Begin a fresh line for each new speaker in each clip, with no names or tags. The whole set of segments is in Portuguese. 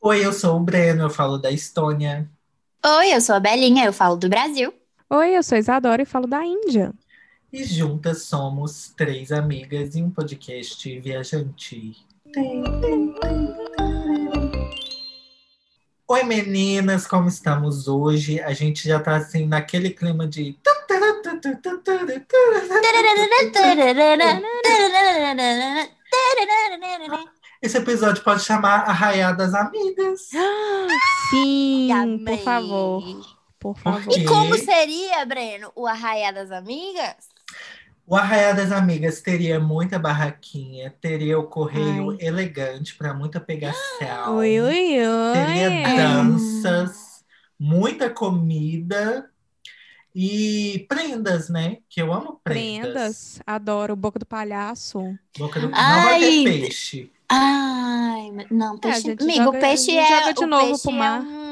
Oi, eu sou o Breno, eu falo da Estônia.
Oi, eu sou a Belinha, eu falo do Brasil.
Oi, eu sou a Isadora e falo da Índia.
E juntas somos três amigas em um podcast viajante. Oi, meninas, como estamos hoje? A gente já tá assim naquele clima de. Esse episódio pode chamar Arraiá das Amigas.
Sim,
Amei.
por favor. Por favor.
E
Ok.
como seria, Breno, o Arraiá das Amigas?
O Arraiá das Amigas teria muita barraquinha, teria o correio
Ai.
elegante para muita pegação.
Ui, ui, ui.
Teria
é.
danças, muita comida e prendas, né? Que eu amo prendas.
Prendas. Adoro. Boca do palhaço.
Boca do... Não vai
Ai.
ter peixe.
Ai, mas- não,
É, a
peixe.
gente
Amigo,
joga-
o peixe
a gente
é.
joga de
o
novo
peixe
pro
é
mar.
um-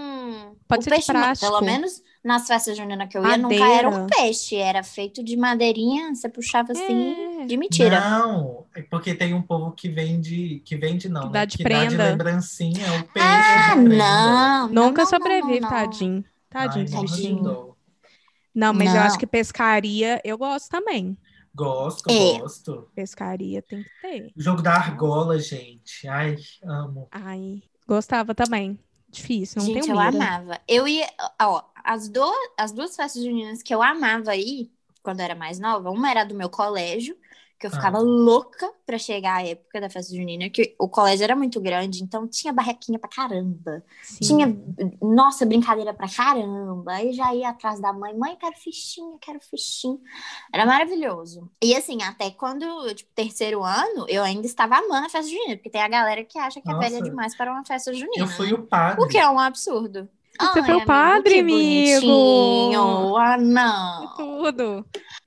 Pode
o
ser de
peixe, não, pelo
plástico.
menos nas festas juninas que eu ia, nunca
Madeira.
era um peixe. Era feito de madeirinha, você puxava assim,
É.
de mentira.
Não, é porque tem um povo que vende, que vende não,
Que
né?
dá de
que dá de
prenda.
lembrancinha, o peixe
Ah,
de prenda.
não. não,
Nunca
não,
sobrevive,
não, não.
tadinho. Tadinho
Ai,
do
não
tadinho.
Tá bichinho.
ajudou.
Não, mas eu acho
Não.
que pescaria, eu gosto também.
Gosto,
É.
gosto.
Pescaria tem que ter.
O jogo da argola, gente. Ai, amo.
Ai, gostava também. Difícil, não
Gente,
tenho
eu
medo.
amava. Eu ia, ó, as duas, as duas festas juninas que eu amava aí, quando eu era mais nova, uma era do meu colégio, que eu ficava
Ah.
louca pra chegar à época da festa junina, que o colégio era muito grande, então tinha barraquinha pra caramba.
Sim.
Tinha, nossa, brincadeira pra caramba. Aí já ia atrás da mãe, mãe, quero fichinha, quero fichinha. Era maravilhoso. E assim, até quando, tipo, terceiro ano, eu ainda estava amando a festa junina, porque tem a galera que acha que é velha
Nossa.
demais para uma festa junina.
Eu fui
né?
o padre.
O que é um absurdo.
Você
Ai,
foi o
amigo,
padre,
é, que
amigo.
bonitinho. Ah, não.
Tudo.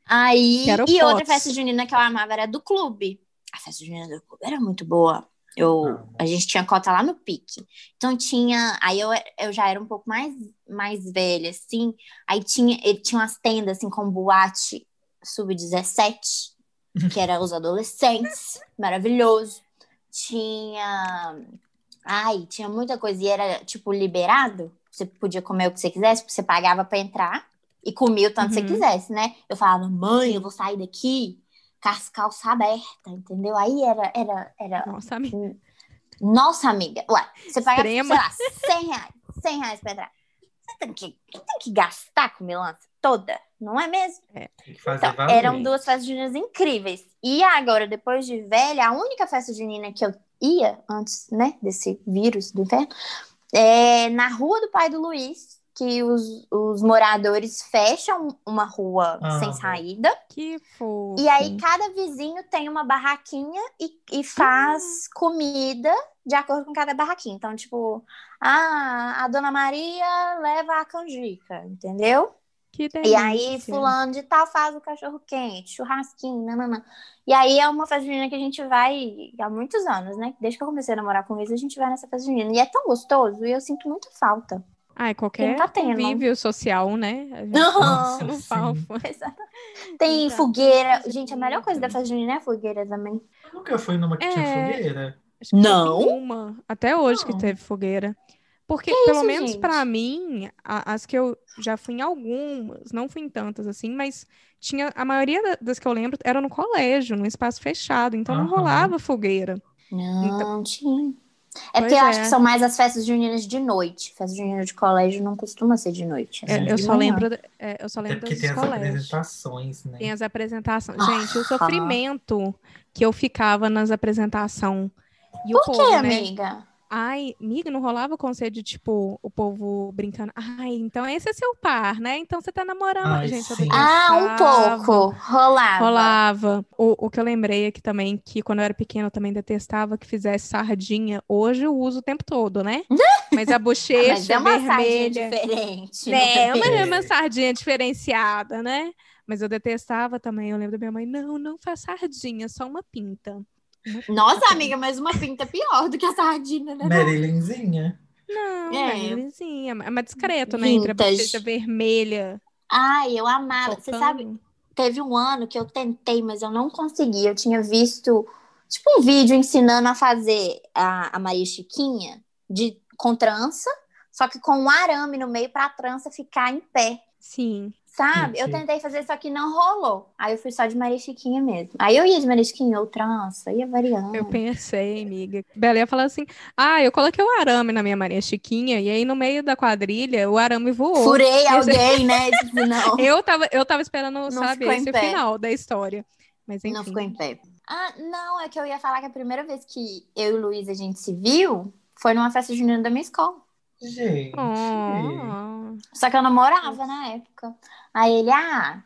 Aí,
Quero
e outra
fotos.
festa junina que eu amava era do clube. A festa junina do clube era muito boa. Eu,
Amo.
a gente tinha cota lá no pique. Então tinha. Aí eu, eu já era um pouco mais, mais velha, assim. Aí tinha, ele tinha umas tendas assim com boate sub-17, que era os adolescentes. Maravilhoso. Tinha. Ai, tinha muita coisa. E era, tipo, liberado. Você podia comer o que você quisesse, porque você pagava pra entrar e comia o tanto que
Uhum.
você quisesse, né? Eu falava, mãe, eu vou sair daqui com as calças abertas, entendeu? Aí era, era, era.
Nossa, amiga.
Nossa, amiga, ué, você pagava,
Extrema.
sei lá, 100 reais, 100 reais pra entrar. Você tem que, você tem que gastar com milança toda, não é mesmo?
Tem que fazer
Então,
valer.
eram duas festas juninas incríveis. E agora, depois de velha, a única festa junina que eu ia, antes, né, desse vírus do inferno, é na rua do pai do Luiz, que os, os moradores fecham uma rua
Ah.
sem saída.
Que fofo.
E aí, cada vizinho tem uma barraquinha e, e faz comida de acordo com cada barraquinha. Então, tipo, ah, a dona Maria leva a canjica, entendeu?
Que
E
delícia.
aí, fulano de tal faz o cachorro quente, churrasquinho, nananã. E aí é uma festa junina que a gente vai há muitos anos, né? Desde que eu comecei a namorar com eles, a gente vai nessa festa junina. E é tão gostoso e eu sinto muita falta.
Ai, Ah, é qualquer
Não tá tendo.
convívio social, né? A gente
Nossa,
não
sim.
falta.
Tem
Exato.
fogueira.
Festa
Gente, a melhor coisa da
junina.
festa junina é a fogueira também.
Eu nunca fui numa que tinha
É.
fogueira.
Acho que só
Não?
tem uma, até hoje que
Não.
teve fogueira. Porque, pelo
isso,
menos
gente?
pra mim, a- as que eu já fui em algumas, não fui em tantas assim, mas tinha a maioria da- das que eu lembro era no colégio, num espaço fechado, então não
Aham.
rolava fogueira.
Não,
Então-
tinha. É
Pois
porque eu acho
é.
que são mais as festas juninas de noite. Festa junina de colégio não costuma ser de noite. é
Eu,
sempre
eu
de
só
manhã.
lembro, é, eu só
É
lembro
porque
dos
tem as
colégios.
apresentações, né?
Tem as apresentações. Gente, o
Ah.
sofrimento que eu ficava nas apresentações. E o
Por
povo,
que,
né?
amiga?
Ai, miga, não rolava o conceito de, tipo, o povo brincando. Ai, então esse é seu par, né? Então você tá namorando.
Ai,
Gente, eu
sim.
Ah, um
detestava.
pouco. Rolava.
Rolava. O, o que eu lembrei aqui também, que quando eu era pequena eu também detestava que fizesse sardinha. Hoje eu uso o tempo todo, né? Mas a bochecha
Mas é uma sardinha
vermelha.
diferente. né?
É,
não
uma,
É.
uma sardinha diferenciada, né? Mas eu detestava também. Eu lembro da minha mãe, não, não faz sardinha, só uma pinta.
Nossa, amiga, mas uma pinta é pior do que a sardinha, né?
Marilynzinha.
Não,
É.
é. é mais discreto, né? Entre a
Vintage.
bochecha vermelha.
Ai, eu amava. Você
focando.
sabe, teve um ano que eu tentei, mas eu não consegui. Eu tinha visto, tipo, um vídeo ensinando a fazer a, a Maria Chiquinha de com trança, só que com um arame no meio para a trança ficar em pé.
Sim.
Sabe? Eu
Entendi.
tentei fazer, só que não rolou. Aí eu fui só de Maria Chiquinha mesmo. Aí eu ia de Maria Chiquinha ou trança, ia variando.
Eu pensei, amiga. Bela ia falar assim: ah, eu coloquei o arame na minha Maria Chiquinha, e aí no meio da quadrilha o arame voou.
Furei
Esse-
alguém, né? Tipo, Não,
Eu tava, eu tava esperando, sabe,
ficou em
esse
pé.
final da história. Mas enfim.
não ficou em pé. Ah, não, é que eu ia falar que a primeira vez que eu e o Luiz a gente se viu foi numa festa junina da minha escola.
Gente.
Oh,
Só que eu namorava na época. Aí ele, ah,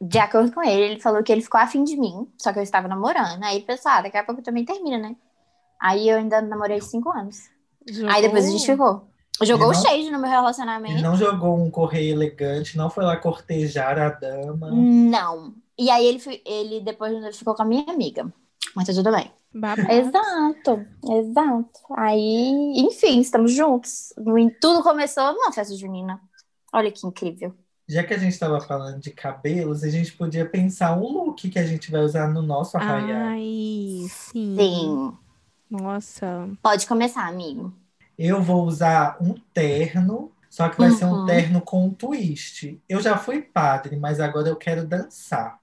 de acordo com ele, ele falou que ele ficou afim de mim, só que eu estava namorando. Aí ele pensou, ah, daqui a pouco também termina, né? Aí eu ainda namorei cinco anos. Aí depois a gente
jogou.
ficou. Jogou o
Não.
shade no meu relacionamento.
Ele não jogou um correio elegante, não foi lá cortejar a dama.
Hum. Não. E aí ele, fi- ele depois ele ficou com a minha amiga. Mas tá tudo bem.
Babado.
Exato, exato. Aí, enfim, estamos juntos. E Tudo começou numa festa junina. Olha que incrível.
Já que a gente estava falando de cabelos, a gente podia pensar um look que a gente vai usar no nosso arraial.
Ai, sim.
Sim.
Nossa.
Pode começar, amigo.
Eu vou usar um terno, só que vai ser um
Uhum.
terno com um twist. Eu já fui padre, mas agora eu quero dançar.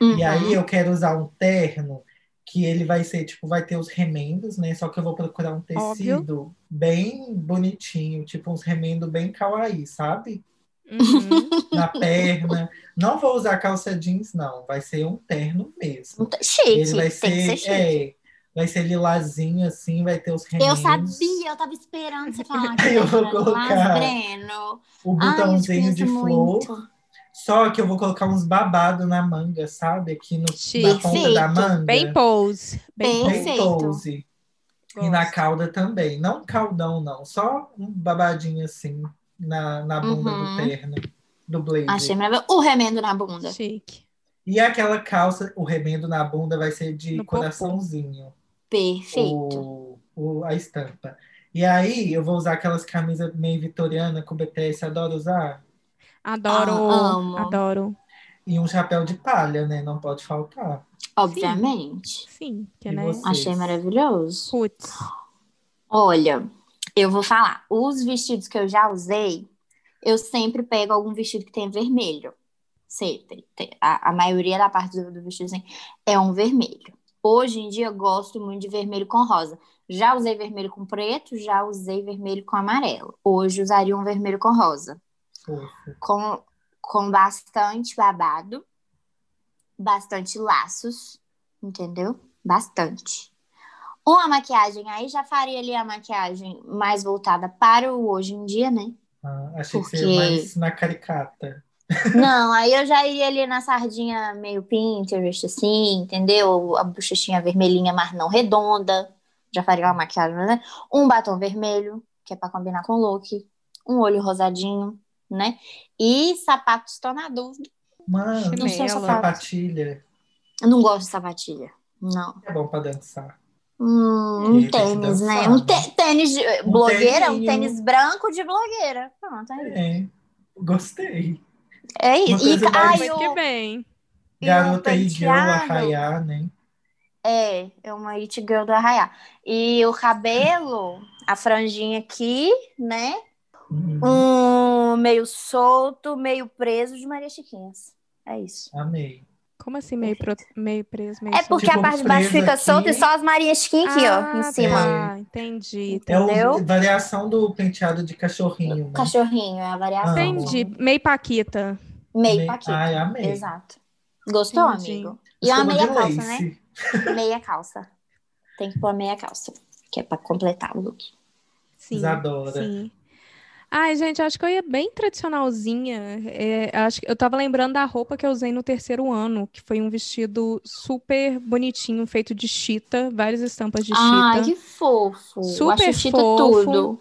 Uhum.
E aí eu quero usar um terno que ele vai ser, tipo, vai ter os remendos, né? Só que eu vou procurar um tecido
Óbvio.
bem bonitinho, tipo uns remendos bem kawaii, sabe?
Uhum.
Na perna. Não vou usar calça jeans, não. Vai ser um terno mesmo.
Uhum. Chique,
ele vai
tem que ser chique.
é, vai ser lilazinho assim, vai ter os
Eu
remendos.
sabia, eu tava esperando você falar.
Eu vou
Breno,
colocar.
Mas, Breno.
O
Ai, eu te
botãozinho de
conheço
flor.
muito.
Só que eu vou colocar uns babado na manga, sabe? Aqui no, na
Chique.
ponta da manga.
Bem pose.
Bem-
Bem, pose.
Bem
Perfeito.
pose. É. E na cauda também. Não caldão, não. Só um babadinho assim na, na bunda
Uhum.
do terno, do blazer.
Achei maravilhoso. O remendo na bunda.
Chique.
E aquela calça, o remendo na bunda vai ser de
No popô.
coraçãozinho.
Perfeito.
O, o, a estampa. E aí eu vou usar aquelas camisas meio vitoriana que o BTS adora usar.
Adoro.
Ah, amo.
Adoro.
E um chapéu de palha, né? Não pode faltar.
Obviamente.
Sim, que
E
né?
você?
Achei maravilhoso.
Putz.
Olha, eu vou falar. Os vestidos que eu já usei, eu sempre pego algum vestido que tem vermelho. Sempre. Tem- A, a maioria da parte do, do vestido assim, é um vermelho. Hoje em dia eu gosto muito de vermelho com rosa. Já usei vermelho com preto, já usei vermelho com amarelo. Hoje usaria um vermelho com rosa.
Fofo.
Com, com bastante babado, bastante laços, entendeu? Bastante. Uma maquiagem, aí já faria ali a maquiagem mais voltada para o hoje em dia, né?
Ah, achei que
Porque-
seria mais na caricata.
Não, aí eu já iria ali na sardinha meio Pinterest, assim, entendeu? A bochechinha vermelhinha, mas não redonda. Já faria uma maquiagem, né? Um batom vermelho, que é para combinar com o look. Um olho rosadinho, né? E sapatos, tô na dúvida.
Mano,
Não sei
Chinelo.
sapato.
sapatilha.
Eu não gosto de sapatilha. Não.
É bom pra dançar.
Hum,
Ele tem que
um tênis, né?
dançar,
Um
né?
tê- tênis de blogueira, um
têninho.
tênis branco de blogueira. Pronto, é isso.
É, gostei.
É isso.
Uma
E,
coisa
ai,
mais-
Muito
o-
que bem.
E um
Garota e girl
penteado.
arraiar, né?
É, é uma it girl do Arraiá. E o cabelo, a franjinha aqui, né?
Hum,
Um meio solto, meio preso de Maria Chiquinhas. É isso.
amei.
Como assim, meio, pro... meio preso, meio
É porque
Tipo,
a parte de baixo
preso
fica
aqui.
solta e só as Maria Chiquinhas aqui, ó, em
Ah,
cima.
tá, entendi.
É o,
Entendeu?
variação do penteado de cachorrinho, né?
Cachorrinho, é a variação.
Ah,
Entendi. Meio Paquita.
Meio
Amei. Ai,
paquinho.
amei.
Exato. Gostou,
Entendi.
amigo? E uma
Escova
meia
de
calça, né?
lace.
Meia calça. Tem que pôr meia calça, que é pra completar o look.
Sim.
Isadora.
Sim. Ai, gente, acho que eu ia bem tradicionalzinha. É, acho que eu tava lembrando da roupa que eu usei no terceiro ano, que foi um vestido super bonitinho, feito de chita, várias estampas de
Ai,
chita.
que fofo.
Super
Acho chita
fofo.
tudo.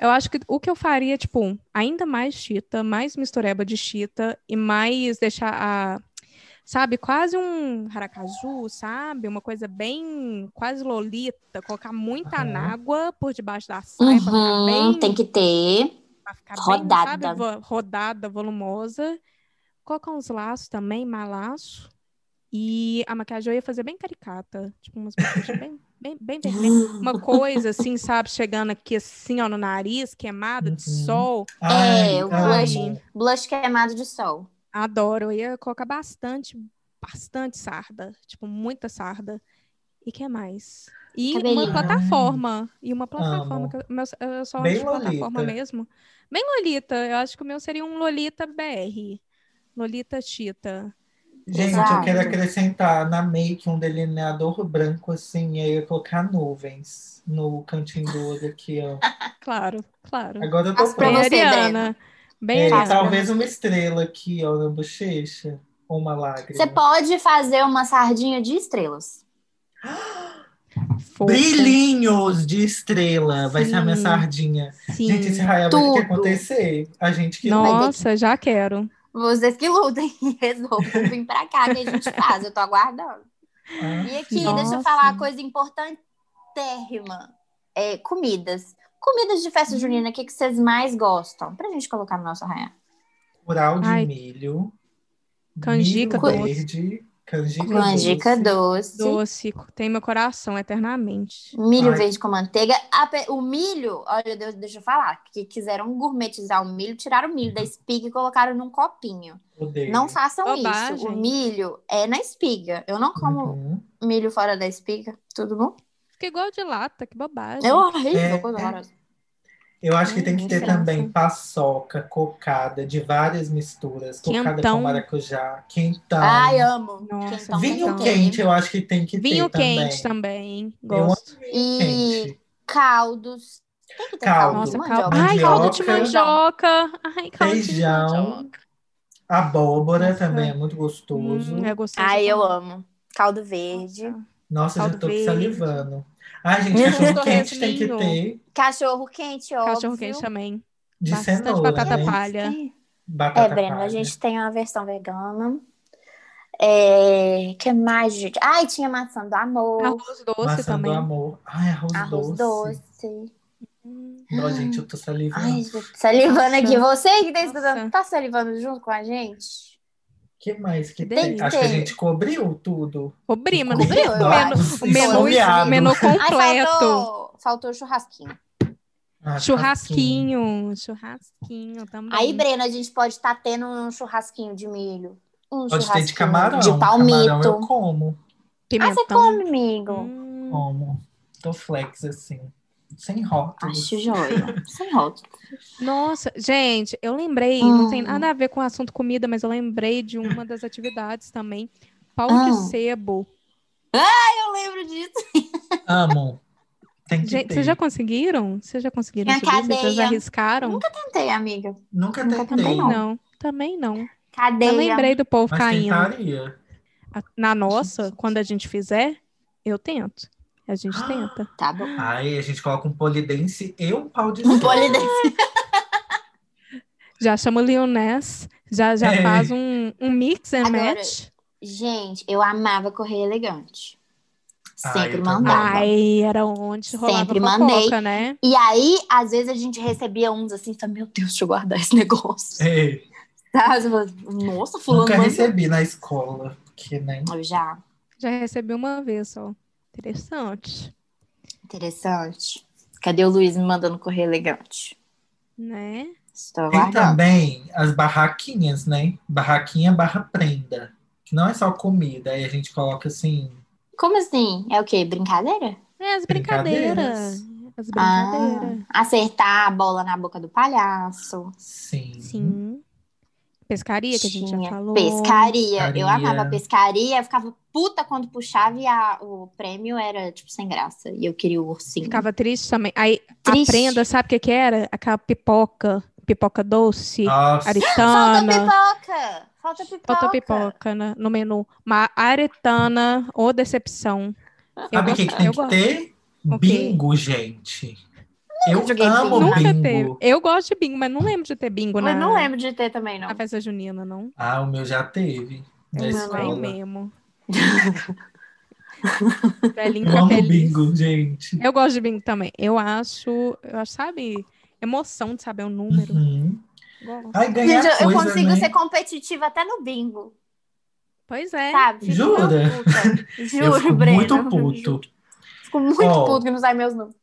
Eu acho que o que eu faria, tipo, ainda mais chita, mais mistureba de chita e mais deixar a, sabe, quase um haracaju, sabe? Uma coisa bem quase lolita, colocar muita
Aham.
nágua por debaixo da saia pra ficar
Uhum,
bem,
tem que ter.
Uhum.
pra ficar bem,
rodada.
sabe, vo- rodada, volumosa. Colocar uns laços também, malaço. E a maquiagem eu ia fazer bem caricata, tipo umas maquiagens bem bem, bem vermelho. Uma coisa assim, sabe, chegando aqui assim, ó, no nariz, queimada de
Uhum.
sol.
Ai,
é, o
amo.
blush, blush queimado de sol.
Adoro. Eu ia colocar bastante, bastante sarda. Tipo, muita sarda. E que mais? E
Cabelinho.
uma plataforma. E uma plataforma.
Amo.
que eu, meu- eu só
Bem
acho plataforma
Lolita.
mesmo. Bem Lolita. Eu acho que o meu seria um Lolita BR. Lolita Chita.
Gente, eu
Exato.
quero acrescentar na make um delineador branco, assim, e aí eu ia colocar nuvens no cantinho do olho aqui, ó.
Claro, claro.
Agora eu tô
As
Bem
pronta.
provas- você,
Ariana. Bem
É,
Ariana.
talvez
né?
uma estrela aqui, ó, na bochecha. Ou uma lágrima.
Você pode fazer uma sardinha de estrelas.
Fofa.
Brilhinhos de estrela. Vai ser a minha
Sim.
sardinha.
Sim.
Gente, esse é raio vai ter
Tudo.
que acontecer. A gente que
Vai ter
Nossa, já quero.
Vocês que lutem e resolvam vir pra cá que a gente faz. Eu tô aguardando.
Ah,
E aqui,
Nossa.
deixa eu falar uma coisa importantérrima. É, comidas. Comidas de festa junina, o que, que vocês mais gostam? Pra gente colocar no nosso arranha.
Curau de
Ai.
milho.
Canjica
milho
doce.
verde. Canjica,
Canjica
doce.
doce.
Doce, tem meu coração eternamente.
Milho
Ai.
verde com manteiga. A pe- O milho, olha, de- deixa eu falar, que quiseram gourmetizar o milho, tiraram o milho da espiga e colocaram num copinho.
Odeio.
Não façam
Bobagem.
isso. O milho é na espiga. Eu não como
Uhum.
milho fora da espiga, tudo bom?
Fica igual de lata, que bobagem.
É horrível,
É,
coisa
é.
horrorosa.
Eu acho que
Ai,
tem que
que
ter
graça.
também paçoca, cocada, de várias misturas. Cocada
Quentão.
com maracujá, quentão.
Ai, amo.
Nossa,
Quentão,
Vinho
quentão.
quente, eu acho que tem que
Vinho
ter
quente
também.
também,
Eu amo
gosto.
E
quente.
caldos. Tem que ter
Caldo.
caldo.
Nossa,
de
caldo.
mandioca.
Ai, caldo de mandioca. Ai, caldo
Feijão.
de mandioca.
Abóbora
Nossa.
também é muito gostoso.
Hum, é gostoso.
Ai, eu amo. Caldo verde.
Nossa, já
caldo
tô
verde.
salivando. Ai, gente,
Hum.
cachorro quente tem que ter.
Cachorro quente, óbvio.
Cachorro quente também.
De
Bastante
cenoura,
batata
né?
palha.
É,
Batata
Breno, a
palha.
gente tem uma versão vegana. É... que mais, gente? Ai, tinha maçã do amor,
Arroz doce
Maçã
também.
do amor. Ai, arroz,
arroz
doce.
doce.
Hum,
Ó, gente, eu tô salivando.
Ai, gente, salivando
Nossa.
aqui. Você que tá escutando,
Nossa.
tá salivando junto com a gente?
O que mais que
Tem
tem?
que
Acho que a
ter.
gente cobriu tudo.
Cobriu, mano.
Cobriu, eu
o menu,
acho.
o menu,
Esfomeado.
o menu
Ai,
completo.
faltou, faltou churrasquinho.
Ah,
churrasquinho, churrasquinho também.
Aí, Breno, a gente pode estar tendo um churrasquinho de milho. Um
Pode ter
churrasquinho
de camarão.
de
Camarão é eu
palmito.
como.
Ah, você
pimentão.
come, amigo?
é Hum,
Como. Tô flex, assim. Sem rótulos.
Acho joia.
é
Sem
um
rótulo.
Nossa, gente, eu lembrei,
Hum.
não tem nada a ver com o assunto comida, mas eu lembrei de uma das atividades também. Pau de
Ah.
sebo.
Eu lembro disso.
Amo. Tem que
Gente,
ter.
vocês já conseguiram? Vocês já conseguiram
Minha
subir? Vocês
cadeia.
arriscaram?
Tentei, amiga.
Nunca,
Nunca
tentei.
tentei,
Também
não.
não. Também não.
Cadeia.
Eu lembrei do povo
Mas
caindo.
tentaria.
A- Na nossa, quando a gente fizer, eu tento. A gente
Ah.
tenta.
Tá bom.
Aí a gente coloca um polidense e um pau de
Um
sebo.
polidense.
Já chama o Leoness, já, já
É.
faz um, um mix and
Agora,
match.
Gente, eu amava correr elegante.
Ah,
Sempre
eu
mandava.
também.
Ai, era onde rolava
Sempre
fofoca,
mandei.
né?
E aí, às vezes, a gente recebia uns assim, tá, meu Deus, deixa eu guardar esse negócio.
Ei,
Tá? Você fala, Nossa, fulano
É. nunca
mandou.
recebi na escola. Porque, né?
Eu já.
Já recebi uma vez só. Interessante,
Interessante. Cadê o Luiz me mandando correr elegante?
né?
Estou
Tem
aguardando.
também as barraquinhas, né? Barraquinha barra prenda. Que não é só comida. Aí a gente coloca assim.
Como assim? É o quê? Brincadeira?
É, as brincadeiras.
Brincadeiras.
As brincadeiras.
Ah, acertar a bola na boca do palhaço.
Sim.
Sim. Pescaria, é que a gente já
Ah. Tinha
falou.
Pescaria. Eu
Pescaria.
amava pescaria, eu ficava puta quando puxava e a- o prêmio era, tipo, sem graça. E eu queria o ursinho.
Ficava triste também. Aí,
Triste.
aprenda, sabe o que que era? Aquela pipoca, pipoca doce,
Nossa.
Falta
aretana.
pipoca! Falta pipoca!
Falta pipoca né, no menu. Uma aretana ou decepção. Eu
Sabe o que,
gosto-
que tem
eu
que
gosto.
ter?
O quê?
Bingo, gente. Eu
joguei
amo
bingo.
bingo.
Nunca teve. Eu gosto de bingo, mas não lembro de ter bingo
Mas
na,
não lembro de ter também, não.
na festa junina, não.
Ah, o meu já teve. Da
Não,
Vai
escola.
mesmo. Velhinho
Eu amo
feliz.
bingo, gente.
Eu gosto de bingo também. Eu acho, eu acho, sabe, emoção de saber o número. um.
Uhum.
Gosto.
Ai, ganhar
Gente, eu, eu
coisa,
consigo
né?
ser competitiva até no bingo,
Pois é.
sabe? Fico
Jura?
tão puta.
Eu
Juro,
fico
Breno.
muito puto.
Fico Fico muito
Ó.
puto que não sai meus números.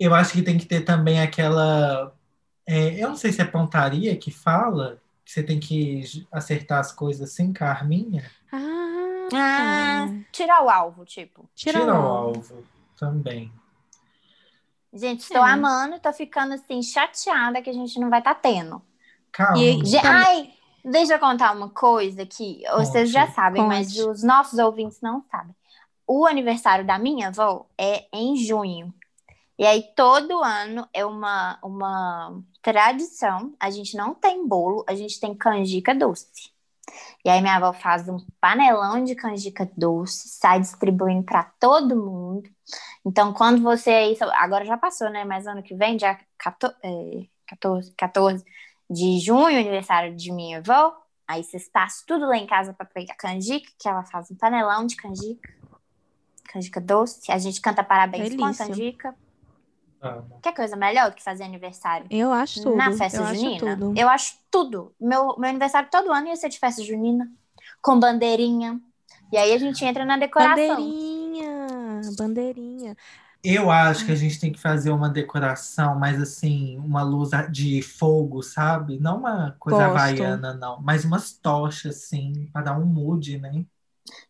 Eu acho que tem que ter também aquela. é, eu não sei se é pontaria que fala, que você tem que j- acertar as coisas assim, Carminha.
Ah,
Ah,
É.
tirar o alvo, tipo.
Tira,
tira
o
um.
alvo também.
Gente, estou
É.
amando, tô ficando assim, chateada que a gente não vai estar tendo.
Calma.
E-
Ge-
Hum. Também.
Ai, deixa eu contar uma coisa que vocês
Conte,
já sabem,
conte.
mas os nossos ouvintes não sabem. O aniversário da minha avó é em junho. E aí, todo ano é uma, uma tradição. A gente não tem bolo, a gente tem canjica doce. E aí, minha avó faz um panelão de canjica doce, sai distribuindo para todo mundo. Então, quando você aí, agora já passou, né? Mas ano que vem, dia 14, eh, 14, 14 de junho, aniversário de minha avó. Aí vocês passam tudo lá em casa pra pegar canjica, que ela faz um panelão de canjica. Canjica doce. A gente canta parabéns com
Delícia.
a canjica.
Calma.
Quer coisa melhor do que fazer aniversário?
Eu acho tudo.
Na festa
eu acho
junina?
tudo.
Eu acho tudo. Meu, meu aniversário todo ano ia ser de festa junina, com bandeirinha. E aí a gente entra na decoração.
Bandeirinha, bandeirinha.
Eu acho que a gente tem que fazer uma decoração, mas assim, uma luz de fogo, sabe? Não uma coisa
Gosto.
havaiana, não. Mas umas tochas, assim, pra dar um mood, né?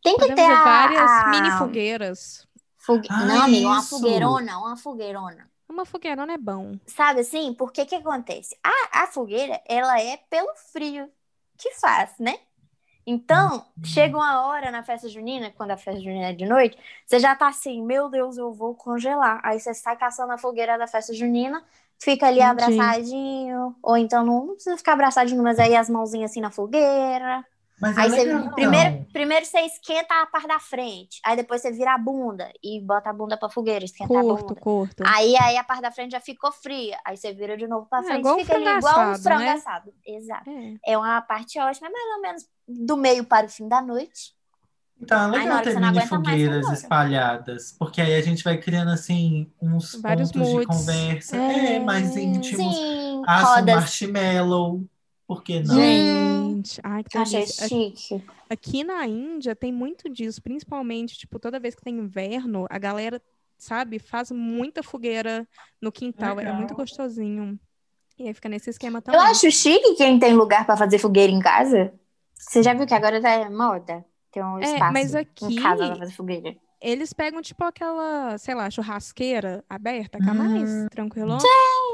Tem que
Podemos
ter
ter
a,
várias
a...
mini fogueiras.
fogue-
Ah,
Não, amigo, uma
isso.
fogueirona, é uma fogueirona.
Uma fogueirona é bom.
Sabe assim? Porque que acontece? A, a fogueira, ela é pelo frio que faz, né? Então, chega uma hora na festa junina, quando a festa junina é de noite, você já tá assim, meu Deus, eu vou congelar. Aí você sai caçando a fogueira da festa junina, fica ali
Entendi.
abraçadinho, ou então não, não precisa ficar abraçadinho, mas aí as mãozinhas assim na fogueira.
Mas é
Aí você,
legal.
primeiro, primeiro você esquenta a parte da frente, aí depois você vira a bunda e bota a bunda pra fogueira, esquenta a bunda.
Curto, curto.
Aí, aí a parte da frente já ficou fria. Aí você vira de novo pra
É,
frente
igual um
fica ali
frango
igual um
assado,
frango
né?
assado. Exato.
É.
É uma parte ótima, é mais ou menos do meio para o fim da noite.
Então, é
Ai,
legal
na hora que
ter
você não
mini
aguenta mais, você
fogueiras
volta.
espalhadas, porque aí a gente vai criando assim uns
Vários
pontos de
moods.
conversa,
É,
é, mais íntimos.
Sim,
Assa um
rodas.
marshmallow, por que não?
Hum.
Gente, ai, que
Achei
delícia.
chique.
Aqui na Índia tem muito disso, principalmente, tipo, toda vez que tem inverno, a galera, sabe, faz muita fogueira no quintal, é
Legal.
muito gostosinho. E aí fica nesse esquema
Eu
também.
acho chique quem tem lugar pra fazer fogueira em casa. Você já viu que agora tá moda? Tem um
É,
espaço
mas
em
aqui
casa né? pra fazer fogueira.
eles pegam tipo aquela, sei lá, churrasqueira aberta, que é mais tranquilona.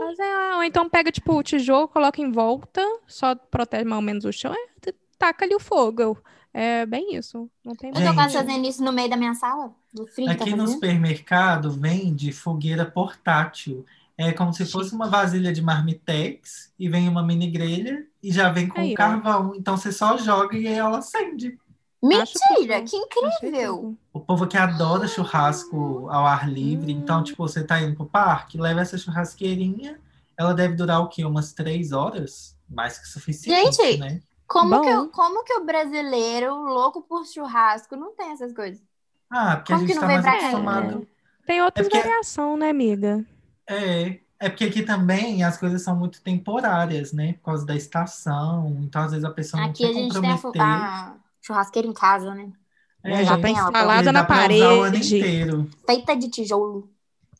Mas é, ou então pega tipo o tijolo, coloca em volta, só protege mais ou menos o chão, e taca ali o fogo. É bem isso. Não tem
Eu tô
Gente.
quase fazendo isso no meio da minha sala, do frio que tá
Aqui no
fazendo.
supermercado vende fogueira portátil. É como se fosse uma vasilha de marmitex e vem uma mini grelha e já vem com
Tá Aí, ó.
carvão. Então você só joga e ela acende.
Acho
Mentira,
tudo.
que
Achei
incrível!
tudo.
O povo que adora churrasco ao ar livre,
Hum.
então, tipo, você tá indo pro parque, leva essa churrasqueirinha, ela deve durar o quê? Umas três horas? Mais que suficiente,
Gente,
né?
Como que,
Bom.
o- como que o brasileiro, louco por churrasco, não tem essas coisas?
Ah, porque a
como que
gente
não
tá
vem
mais
pra cá?
acostumado.
Tem outras
É porque-
variações, né, amiga?
É, é porque aqui também as coisas são muito temporárias, né? Por causa da estação. Então, às vezes, a pessoa não
Aqui a
quer
gente tem a, fu- Ah,
comprometer.
a churrasqueira em casa, né?
É,
Já
tem
tá
ela, porque
instalada
dá
na
pra usar o ano
parede.
inteiro.
Feita de tijolo.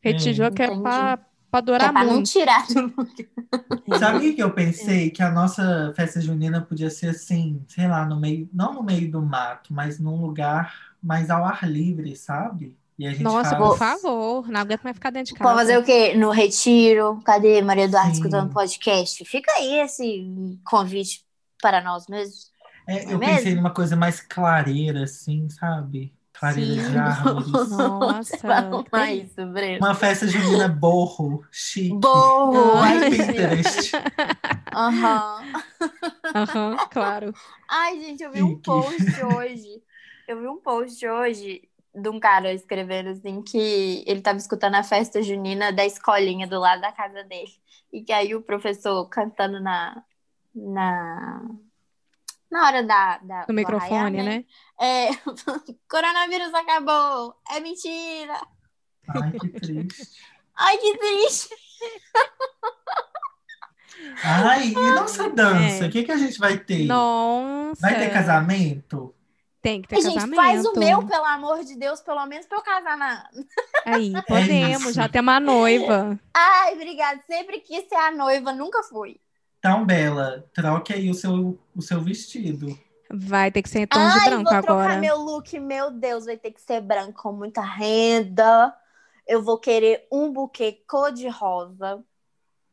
Feito tijolo que é
Entendi.
pra, pra
Que é
durar
pra não
muito.
tirar do
Sabe o que que eu pensei? Que a nossa festa junina podia ser assim, sei lá, no meio, não no meio do mato, mas num lugar mais ao ar livre, sabe? E a gente assim,
Nossa,
faz...
por favor. Não aguento mais ficar dentro de
Pra
casa.
fazer o quê? No retiro? Cadê Maria Eduarda
Sim.
escutando podcast? Fica aí esse convite para nós mesmos.
É,
Não é
eu pensei
mesmo?
numa coisa mais clareira, assim, sabe? Clareira
Sim.
de árvores.
Nossa.
Vamos
Ah, tem-
a isso, Breno.
Uma festa junina borro, chique.
Boa!
Vai
Ai,
Pinterest.
Aham.
Aham, claro.
Ai, gente, eu vi um
Chique.
post hoje. Eu vi um post hoje de um cara escrevendo assim que ele tava escutando a festa junina da escolinha do lado da casa dele. E que aí o professor cantando na. na. Na hora da. da
No
do
microfone,
arraial,
né?
É, coronavírus acabou! É mentira!
Ai, que triste.
Ai, que triste!
Ai, e nossa dança?
É.
O que, que a gente vai ter?
Nossa.
Vai ter casamento?
Tem que ter
Ai, gente,
casamento.
faz o meu, pelo amor de Deus, pelo menos pra eu casar na.
Aí, podemos, já tem uma noiva.
Ai, obrigada. Sempre quis ser a noiva, nunca fui.
Então, Bela, troque aí o seu, o seu vestido.
Vai ter que ser em tons de
Ai,
branco
vou
agora.
trocar meu look, meu Deus, vai ter que ser branco com muita renda. Eu vou querer um buquê cor de rosa,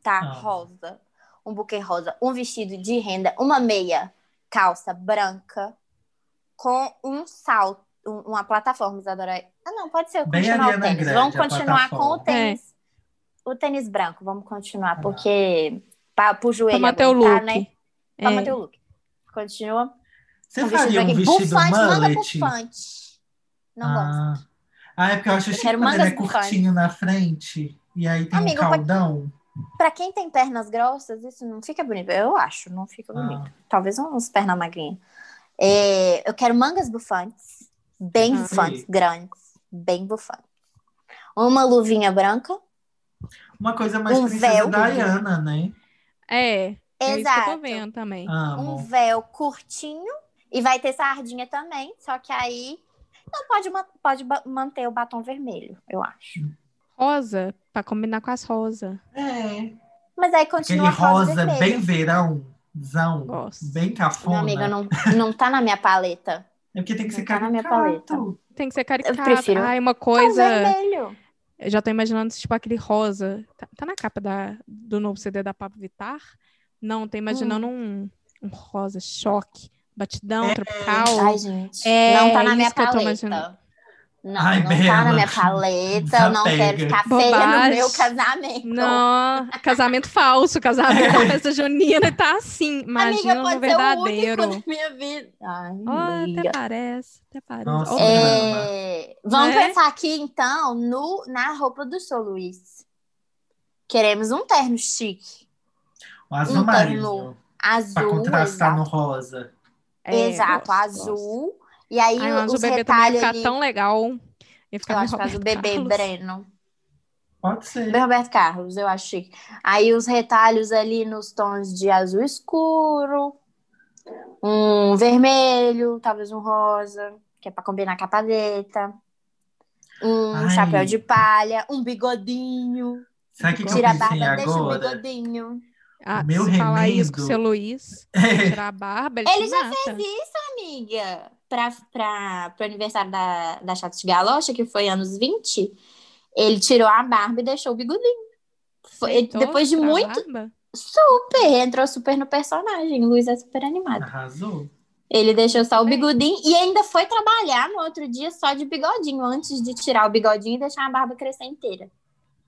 tá?
Ah.
Rosa. Um buquê rosa, um vestido de renda, uma meia calça branca com um salto, um- uma plataforma, Isadora. Ah, não, pode ser eu
Bem
continuar o
Ariana
tênis.
Grande,
Vamos
a
continuar com o
plataforma. Ah.
tênis. O tênis branco, vamos continuar, porque para pro joelho
Pra manter o
aguentar,
look.
né? Pra
É.
manter o look. Continua.
Você
Um
faria um
branquinho.
vestido
bufante, manga
mullet?
bufante. Não gosto.
ah. ah, é porque eu acho chique
quero
quando ele é
mangas bufantes.
curtinho na frente e aí tem
Amigo,
um
eu vou-
caldão.
Pra quem tem pernas grossas, isso não fica bonito. Eu acho, não fica
Ah.
bonito. Talvez uns pernas magrinhas. É, eu quero mangas bufantes, bem
Ah.
bufantes, grandes, bem bufantes. Uma luvinha branca.
Uma coisa mais
Um
princesa
véu.
Diana, né?
É, é isso que eu tô
Exato.
vendo também.
Um
Amo.
véu curtinho. E vai ter sardinha também, só que aí não pode, ma- pode ba- manter o batom vermelho, eu acho.
Rosa, pra combinar com as rosas.
É.
Mas aí
Aquele
continua a rosa,
rosa
vermelha.
bem verãozão.
Gosto.
Bem
Meu
cafona.
amigo, não, não tá na minha paleta.
É porque tem que ser
Não tá na minha
caricato.
Tem que ser caricato.
prefiro.
Ai, uma
Tom
Tá
coisa.
vermelho.
Eu já tô imaginando tipo aquele rosa. Tá, tá na capa da, do novo CD da Pablo Vittar? Não, tô imaginando
Hum.
um, um rosa choque, batidão, tropical.
Ai, gente.
É,
não tá
isso
na minha
que eu tô
paleta.
imaginando.
Não,
Ai,
não
Bela.
tá na minha paleta.
Já
Eu não quero
pega.
ficar feia no
Bobagem.
meu casamento.
Não, casamento falso, casamento com festa junina tá assim. Imagina
Amiga, pode
no
ser o
verdadeiro.
único né? da minha vida. Ai,
Ó,
amiga.
até parece, até parece.
Nossa,
Ó,
é.
É, vamos
Né?
pensar aqui, então, no, na roupa do seu Luiz. Queremos um terno chique.
O azul
Um
marinho.
terno
Pra
Azul,
contrastar
exato.
no rosa.
é,
Exato,
gosto, gosto.
azul. E aí,
Ai, mas o
os
bebê também ia
retalhos
ficar
ali.
tão legal. Ia ficar
Eu
bem
acho que faz o
Roberto
bebê
Carlos.
Breno.
Pode ser.
Bem Roberto Carlos, eu acho chique. Aí os retalhos ali nos tons de azul escuro, um vermelho, talvez um rosa, que é pra combinar com a paleta. Um
Ai.
chapéu de palha, um bigodinho.
Sabe o que, que eu
Tira a
pensei
barba, deixa o
agora?
bigodinho.
Ah,
Meu
se falar isso com o
remendo.
seu Luiz, tirar a barba, ele,
Ele
te
já
mata.
Mas isso, amiga, pra, pra, pro aniversário da, da Chata de Galocha, que foi anos 20, ele tirou a barba e deixou o bigodinho. Foi- ele-
Aceitou
depois de
tirar a
muito
barba?
Super, entrou super no personagem. Luiz é super animado.
Arrasou.
Ele deixou só o
Bem.
bigodinho e ainda foi trabalhar no outro dia só de bigodinho, antes de tirar o bigodinho e deixar a barba crescer inteira.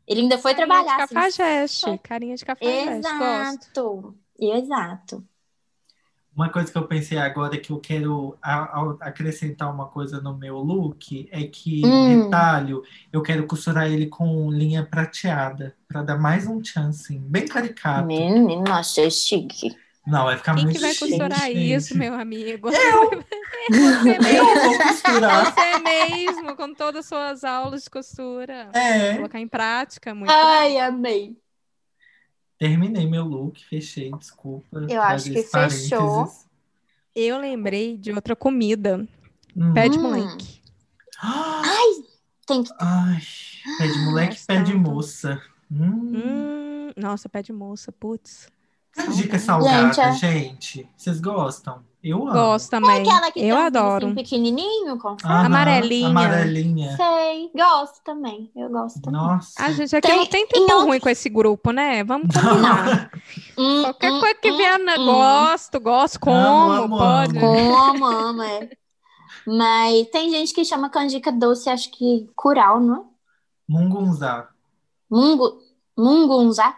Ele ainda foi
Carinha
trabalhar.
de
assim,
cafajeste,
só-
carinha de cafajeste, gosto.
Exato. Exato.
Uma coisa que eu pensei agora é que eu quero a- a- acrescentar uma coisa no meu look é que
Hum.
o retalho eu quero costurar ele com linha prateada pra dar mais um chance, assim, bem caricato.
Menino, achei chique.
Não, vai ficar
Quem
muito
que vai
chique,
costurar
gente.
isso, meu amigo? Você
Eu
mesmo,
vou costurar.
você é mesmo, com todas as suas aulas de costura.
É,
Colocar em prática muito.
Ai, amei.
terminei meu look, fechei, desculpa.
Eu acho
trazer
que
esse parênteses.
fechou.
Eu lembrei de outra comida.
Hum.
Pé de
Hum.
moleque.
Ai,
tem que-
Ai, pé de moleque, pé de
Gosto tanto.
moça. Hum.
Hum, nossa, pé de moça, putz.
Tem Dica
Saudade.
salgada,
Gente, é-
gente. Vocês gostam? Eu amo.
Gosto também.
Aquela que tem
Eu
um
adoro.
assim, pequenininho, com
Aham,
Amarelinha.
Amarelinha.
Sei. Gosto também. Eu gosto também.
Nossa.
A Ah, gente aqui não tem
Tem-
tempo
em
ruim com esse grupo, né? Vamos
Não.
combinar.
Hum,
Qualquer
hum,
coisa que
hum,
vier, na...
hum.
gosto, gosto, como,
Amo, Hum. amo,
pode. né?
amo.
Como ama, é. Mas tem gente que chama canjica doce, acho que curau, não é?
Mungunzá.
Mungu, mungunzá?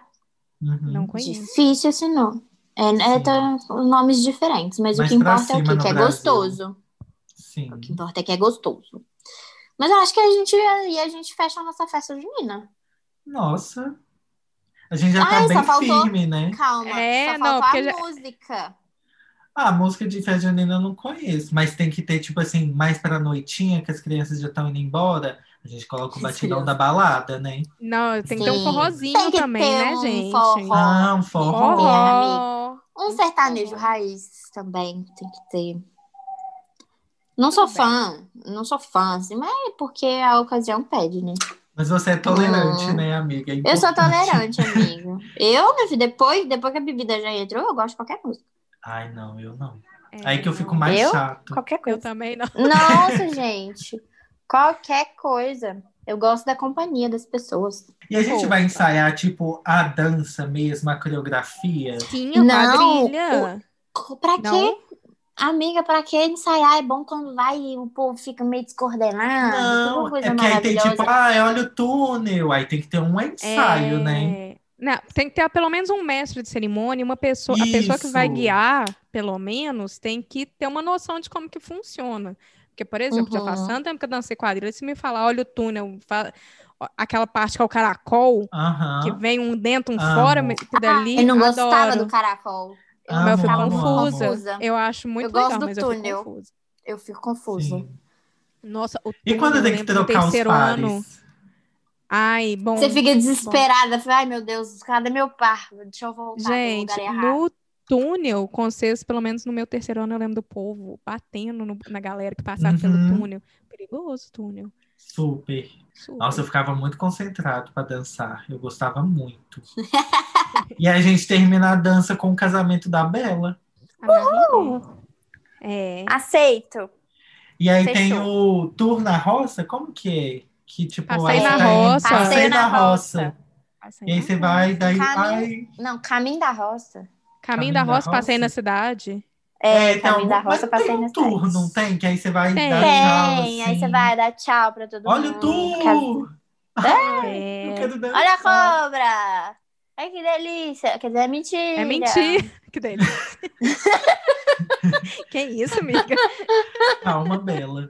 Uhum.
Não conheço.
Difícil esse nome. É, é,
Sim.
tá- nomes diferentes, mas, o
Mas
que
pra
importa é o
cima
quê?
no
Que é
Brasil.
gostoso.
Sim.
O que importa é que é gostoso. Mas eu acho que a gente e a gente fecha a nossa festa junina.
Nossa. A gente já
Ai,
tá
só
bem
faltou-
firme, né?
Calma,
É,
só
não,
faltou
porque
a
já-
música.
Ah, música de festa junina eu não conheço, mas tem que ter, tipo assim, mais pra noitinha, que as crianças já estão indo embora. A gente coloca o
As
batidão
crianças.
da balada, né?
Não, tem que ter um
Sim.
forrozinho
Tem que
também,
ter
né,
um
gente?
forró.
Ah, um forró.
Forró.
Um sertanejo raiz também tem que ter. Não sou fã, não sou fã, assim, mas é porque a ocasião pede, né?
Mas você é tolerante, né, amiga? É
Eu sou
importante.
tolerante, amigo. Eu, meu filho, depois, depois que a bebida já entrou, eu gosto de qualquer música.
Ai, não, eu não.
É,
Aí que eu fico
não.
mais
Eu?
chato.
Qualquer
Eu
coisa.
também não.
Nossa, gente. Qualquer coisa. Eu gosto da companhia das pessoas.
E a gente vai
Opa.
ensaiar, tipo, a dança mesmo, a coreografia.
Sim,
Não,
quadrilha.
Pra quê?
Não.
Amiga, pra que ensaiar? É bom quando vai e o povo fica meio
Ah,
descoordenado.
Não,
uma coisa
é porque aí tem tipo,
maravilhosa.
ah, olha o túnel. Aí tem que ter um ensaio,
É.
né?
Não, tem que ter pelo menos um mestre de cerimônia, uma pessoa, a pessoa que vai
Isso.
guiar, pelo menos, tem que ter uma noção de como que funciona. Porque, por exemplo, já faz
Uhum.
tanto tempo que eu dancei quadrilha, se me falar, olha o túnel, fa- ó, aquela parte que é o caracol,
Aham.
que vem um dentro, um
Ah. Amo.
fora, me-
Ah,
Ah,
dali,
Eu não gostava
adoro.
do caracol. Eu
Amo,
Mas eu fico
ficava
amo,
confusa.
confusa.
Eu acho muito
gosto
legal,
do
mas eu
túnel.
fico confusa.
Eu fico confusa.
Sim.
Nossa, o
E
túnel,
quando
eu
tem que
lembro do
trocar os
terceiro
pares?
ano. Ai, bom.
Você fica desesperada, fala, ai meu Deus, cadê meu par? Deixa eu voltar pro
Gente,
lugar errado.
no túnel, com vocês, pelo menos no meu terceiro ano, eu lembro do povo batendo no- na galera que passava
Uhum.
pelo túnel. Perigoso túnel.
Super.
Super.
Nossa, eu ficava muito concentrado pra dançar. Eu gostava muito. e a gente termina a dança com o casamento da Bela.
A Gabi- É.
Aceito.
E aí
Fechou.
tem o Tour na Roça, como que é? Que tipo,
Passeio
aí
na
tem
roça.
Passeio na roça.
Assim,
E aí você tá vai, daí.
Caminho.
Ai,
Não, Caminho da Roça.
Caminho da
Caminho da
Roça, passei
Roça.
na cidade.
É,
tem
Caminho da
algum- mas
Roça passei
tem um
na
tour,
cidade.
não tem? Que aí você vai
Tem.
dar tchau,
Tem, aí
assim.
você vai dar tchau pra todo
Olha o
mundo. Cas-
tour! Eu
É,
quero dançar.
Olha a cobra! Ai, que delícia! Quer dizer, é mentira.
é mentira. Que delícia. que isso, amiga?
Calma, Tá, Bela.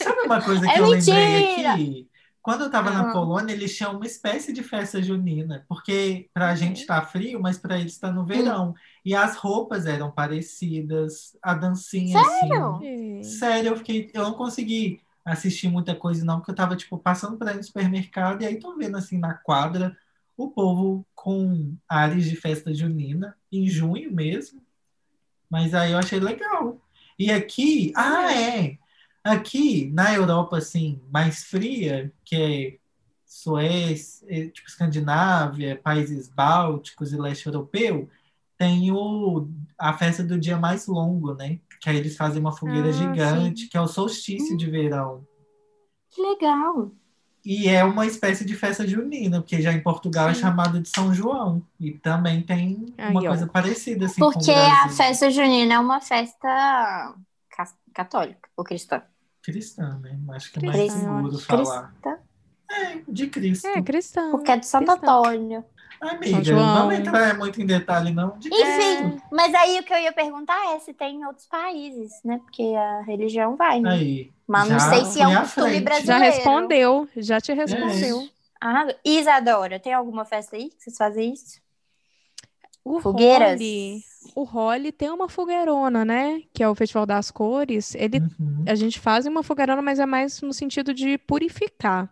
Sabe uma coisa que
É
eu lembrei
mentira!
aqui? Quando eu estava na
Ah.
Polônia, eles tinham uma espécie de festa junina, porque pra
Uhum.
gente tá frio, mas pra eles tá
Hum.
no verão. E as roupas eram parecidas, a dancinha
Sério?
assim.
Gente.
Sério, eu fiquei, eu não consegui assistir muita coisa não, porque eu tava tipo passando pra ir no supermercado e aí tô vendo assim na quadra o povo com ares de festa junina em junho mesmo. Mas aí eu achei legal. E aqui, ah, é. Aqui na Europa, assim, mais fria, que é Suécia, eh, tipo Escandinávia, países bálticos e leste europeu, tem o, a festa do dia mais longo, né? Que aí eles fazem uma fogueira
Ah, Hum.
gigante, que é o solstício de verão.
Que legal.
E é uma espécie de festa junina, porque já em Portugal é
Sim.
chamado de São João. E também tem uma
Aí, ó.
coisa parecida, assim, com o
Porque a
Brasil.
festa junina é uma festa ca- católica ou cristã.
Cristã, né? Acho que é mais
Cristã,
seguro falar.
Cristã.
De Cristo.
É, cristão.
Porque é de Santo
Cristã.
Antônio.
Amiga,
São João.
vamos entrar muito em detalhe, não. De
Enfim, mas aí o que eu ia perguntar é se tem em outros países, né? Porque a religião vai, né?
Aí.
Mas não
já
sei se é
fui
um
à
costume
frente.
brasileiro. né?
Já respondeu, já
É
te respondeu.
É Ah, Isadora, tem alguma festa aí que vocês fazem isso?
O
Fogueiras?
Holi, o Holi tem uma fogueirona, né? Que é o Festival das Cores. Ele,
Uhum.
a gente faz uma fogueirona, mas é mais no sentido de purificar.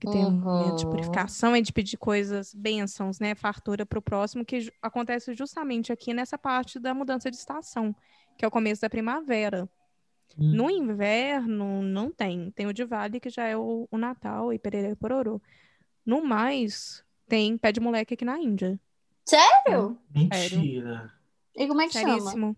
Que tem um momento de
Uhum.
purificação e de pedir coisas, bênçãos, né? Fartura para o próximo, que ju- acontece justamente aqui nessa parte da mudança de estação, que é o começo da primavera.
Hum.
No inverno, não tem. Tem o de Vale, que já é o, o Natal, e pererê pororô. No mais, tem pé de moleque aqui na Índia.
Sério?
Mentira.
E como é que chama?
Ah, Seríssimo.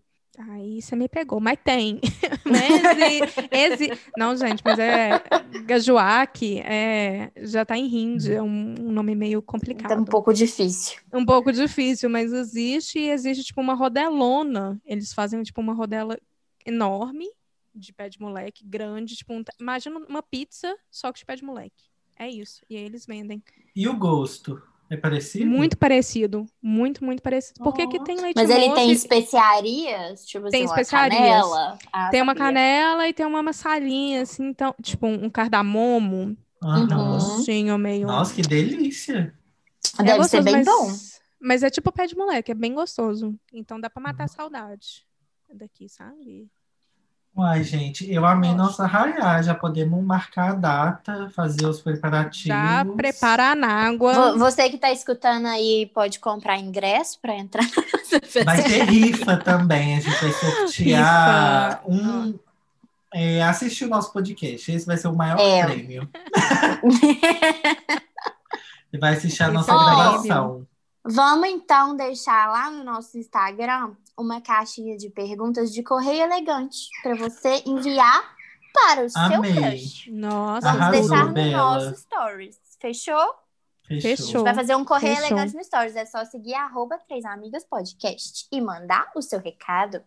Aí você me pegou, mas tem. mas e- esse... Não, gente, mas é Gajuaque, é... já tá em hindi, é um, um nome meio
Tá um
complicado.
pouco difícil.
Um pouco difícil, mas existe, e existe tipo uma rodelona. Eles fazem tipo uma rodela enorme, de pé de moleque, grande, tipo, um... ta- imagina uma pizza, só que de pé de moleque. É isso. E aí eles vendem.
E o gosto? É parecido?
Muito parecido, muito, muito parecido. Porque aqui
Nossa.
tem leite
Mas ele tem
moça e-
especiarias? Tipo
um Tem
assim, uma
especiarias.
canela? Ah,
Tem uma
sabia.
canela e tem uma massalinha, assim, então, tipo um cardamomo, um
Aham.
Uhum.
docinho meio.
Nossa, que delícia.
É
Ah, Deve ser
gostoso,
bem
mas-
bom.
Mas é tipo pé de moleque, é bem gostoso. Então dá pra matar a saudade daqui, sabe?
Uai, gente, eu amei nossa raiá. Já podemos marcar a data, fazer os preparativos.
Já prepara a
Vo-
nágua.
Você que tá escutando aí pode comprar ingresso pra entrar nessa festa.
Vai ter rifa também. A gente vai sortear um é, assistir o nosso podcast. Esse vai ser o maior
É.
prêmio. Você vai assistir a
Esse
nossa
é o
gravação.
Vamos então deixar lá no nosso Instagram uma caixinha de perguntas de correio elegante para você enviar para o seu
Amei.
crush.
Nossa,
Vamos
Arrasou,
deixar no
Bela.
nosso stories. Fechou?
Fechou.
Vai fazer um correio
Fechou.
elegante no stories. É só seguir arroba três amigas podcast e mandar o seu recado.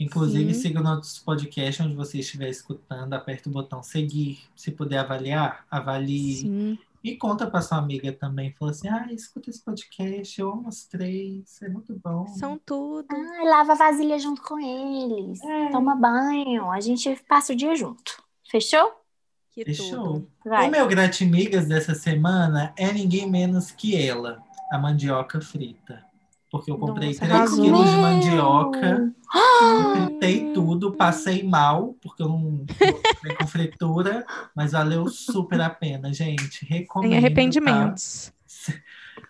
Inclusive,
Sim.
siga o nosso podcast onde você estiver escutando. Aperta o botão seguir. Se puder avaliar, avalie.
Sim.
E conta pra sua amiga também. Fala assim: ah, escuta esse podcast, eu amo os três, é muito bom.
São tudo.
Ai, lava a vasilha junto com eles.
É.
Toma banho. A gente passa o dia junto. Fechou?
Que tudo.
Fechou.
Vai.
O meu Gratimigas dessa semana é ninguém menos que ela, a mandioca frita. Porque eu comprei
Nossa,
3
arrasou.
quilos de
Meu!
mandioca,
Ah!
fritei tudo, passei mal, porque eu não comprei com fritura, mas valeu super a pena, gente. Recomendo.
Sem
tá?
arrependimentos.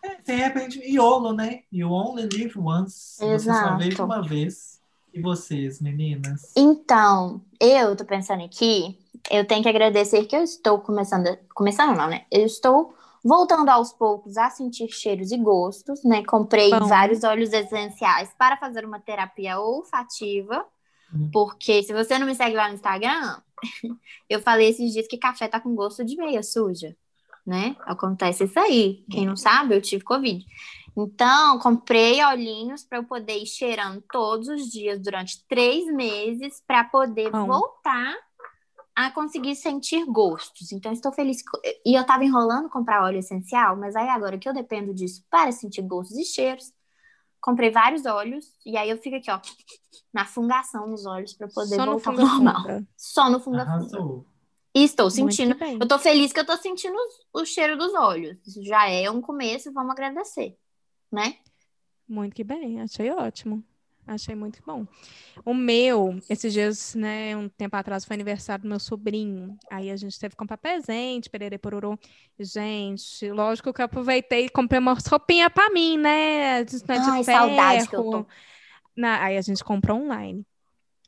É, sem arrependimento. YOLO, né? You only live once. Você só
Exato.
vive uma vez. E vocês, meninas?
Então, eu tô pensando aqui, eu tenho que agradecer que eu estou começando, começando não, né? Eu estou voltando aos poucos a sentir cheiros e gostos, né? Comprei
Bom.
vários óleos essenciais para fazer uma terapia olfativa,
Hum.
porque se você não me segue lá no Instagram, eu falei esses dias que café tá com gosto de meia suja, né? Acontece isso aí. Quem não sabe, eu tive Covid. Então, comprei olhinhos para eu poder ir cheirando todos os dias durante três meses para poder
Bom.
voltar a conseguir sentir gostos. Então, estou feliz. co- E eu estava enrolando comprar óleo essencial, mas aí agora que eu dependo disso para sentir gostos e cheiros, comprei vários óleos e aí eu fico aqui, ó, na fungação nos olhos para poder
Só no
voltar ao
fundo
normal.
Funga.
Só no fungação.
Arrasou.
E estou
Muito
sentindo.
bem.
Eu tô feliz que eu tô sentindo os- o cheiro dos olhos. Isso já é um começo, vamos agradecer, né?
Muito que bem, achei ótimo. Achei muito bom. O meu, esses dias, né, um tempo atrás foi aniversário do meu sobrinho. Aí a gente teve que comprar presente, pererê pororô. Gente, lógico que eu aproveitei e comprei uma roupinha pra mim, né? Isso não é de
Ai, saudade que eu
ferro.
tô.
Na- aí a gente comprou online.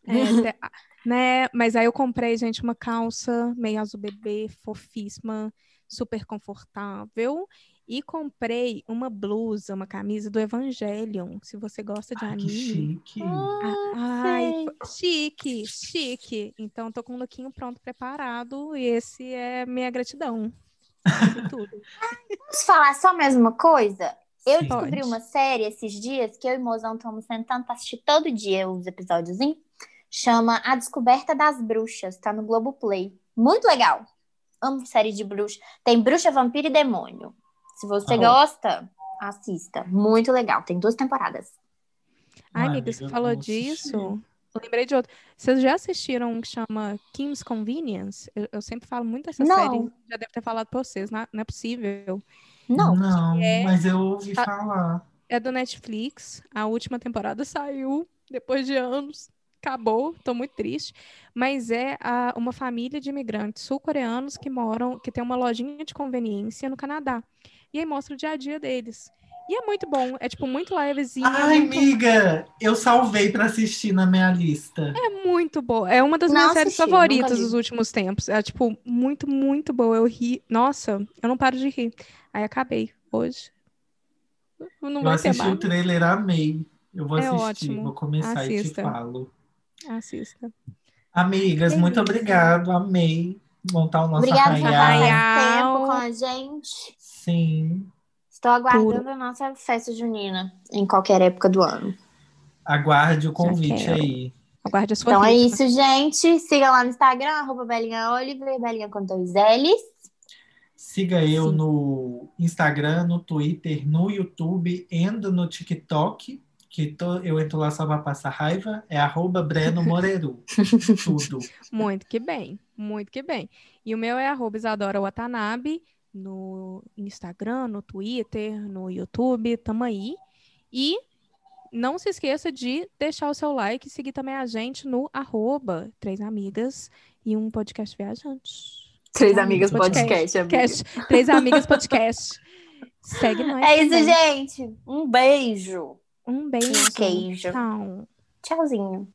É, até- a- né? Mas aí eu comprei, gente, uma calça meio azul bebê, fofíssima, super confortável. E comprei uma blusa, uma camisa do Evangelion. Se você gosta de
Ai, que
anime.
chique.
A-
sei.
Ai, fo- chique, chique. Então, tô com um lookinho pronto, preparado. E esse é minha gratidão. por tudo.
Posso falar só mais uma coisa? Eu
Sim.
descobri
Pode.
uma série esses dias que eu e o mozão estamos sentando pra assistir todo dia os episódios. Chama A Descoberta das Bruxas, tá no Globoplay. Muito legal. Amo série de bruxa. Tem bruxa, vampiro e demônio. Se você
Ah, ó.
gosta, assista. Muito legal. Tem duas temporadas.
Ai,
Ai, amiga,
amiga,
você
eu
falou
vou assistir.
disso? Lembrei de outro. Vocês já assistiram um que chama Kim's Convenience? Eu, eu sempre falo muito dessa
Não.
série. Já devo ter falado pra vocês, na- não, é possível.
Não. tá
é-
mas eu ouvi
Ah.
falar.
É do Netflix. A última temporada saiu depois de anos. Acabou, tô muito triste. Mas é a- uma família de imigrantes sul-coreanos que moram, que tem uma lojinha de conveniência no Canadá. E aí mostra o dia a dia deles. E é muito bom, é tipo muito levezinho. é
Ai,
muito
amiga, eu salvei pra assistir na minha lista.
É, Muito boa. É uma das
Não
minhas séries
assisti,
favoritas
nunca vi.
dos últimos tempos. É, tipo, muito, muito boa. Eu ri. Nossa, eu não paro de rir. Aí acabei hoje. Não
eu
vai ter
assisti o
mais.
trailer, amei. Eu vou
É
assistir,
ótimo.
vou começar e te
Assista.
falo.
Assista.
Amigas,
É
muito
isso.
obrigado, amei montar o nosso
Obrigada por passar
arraial.
esse
Arraial.
tempo com a gente.
Sim,
Estou aguardando
Puro.
a nossa festa junina em qualquer época do ano.
aguarde o convite
quero.
aí.
Aguarde a sua
Então é
rifa.
isso, gente. Siga lá no Instagram, arroba Belinha Oliver, Belinha com dois L's.
Siga eu
Sim.
no Instagram, no Twitter, no YouTube e no TikTok, que tô- eu entro lá só pra passar raiva. É arroba Breno Moreiro. Tudo.
Muito que bem. Muito que bem. E o meu é arroba Isadora Watanabe no Instagram, no Twitter, no YouTube. Tamo aí. E não se esqueça de deixar o seu like e seguir também a gente no arroba Três Amigas e um podcast viajante.
Três
Amigas
Amigas Podcast.
Podcast.
amiga.
podcast. Três Amigas Podcast. Segue nós.
É isso,
também.
gente. Um beijo.
Um beijo.
Um queijo.
Tchau.
Tchauzinho.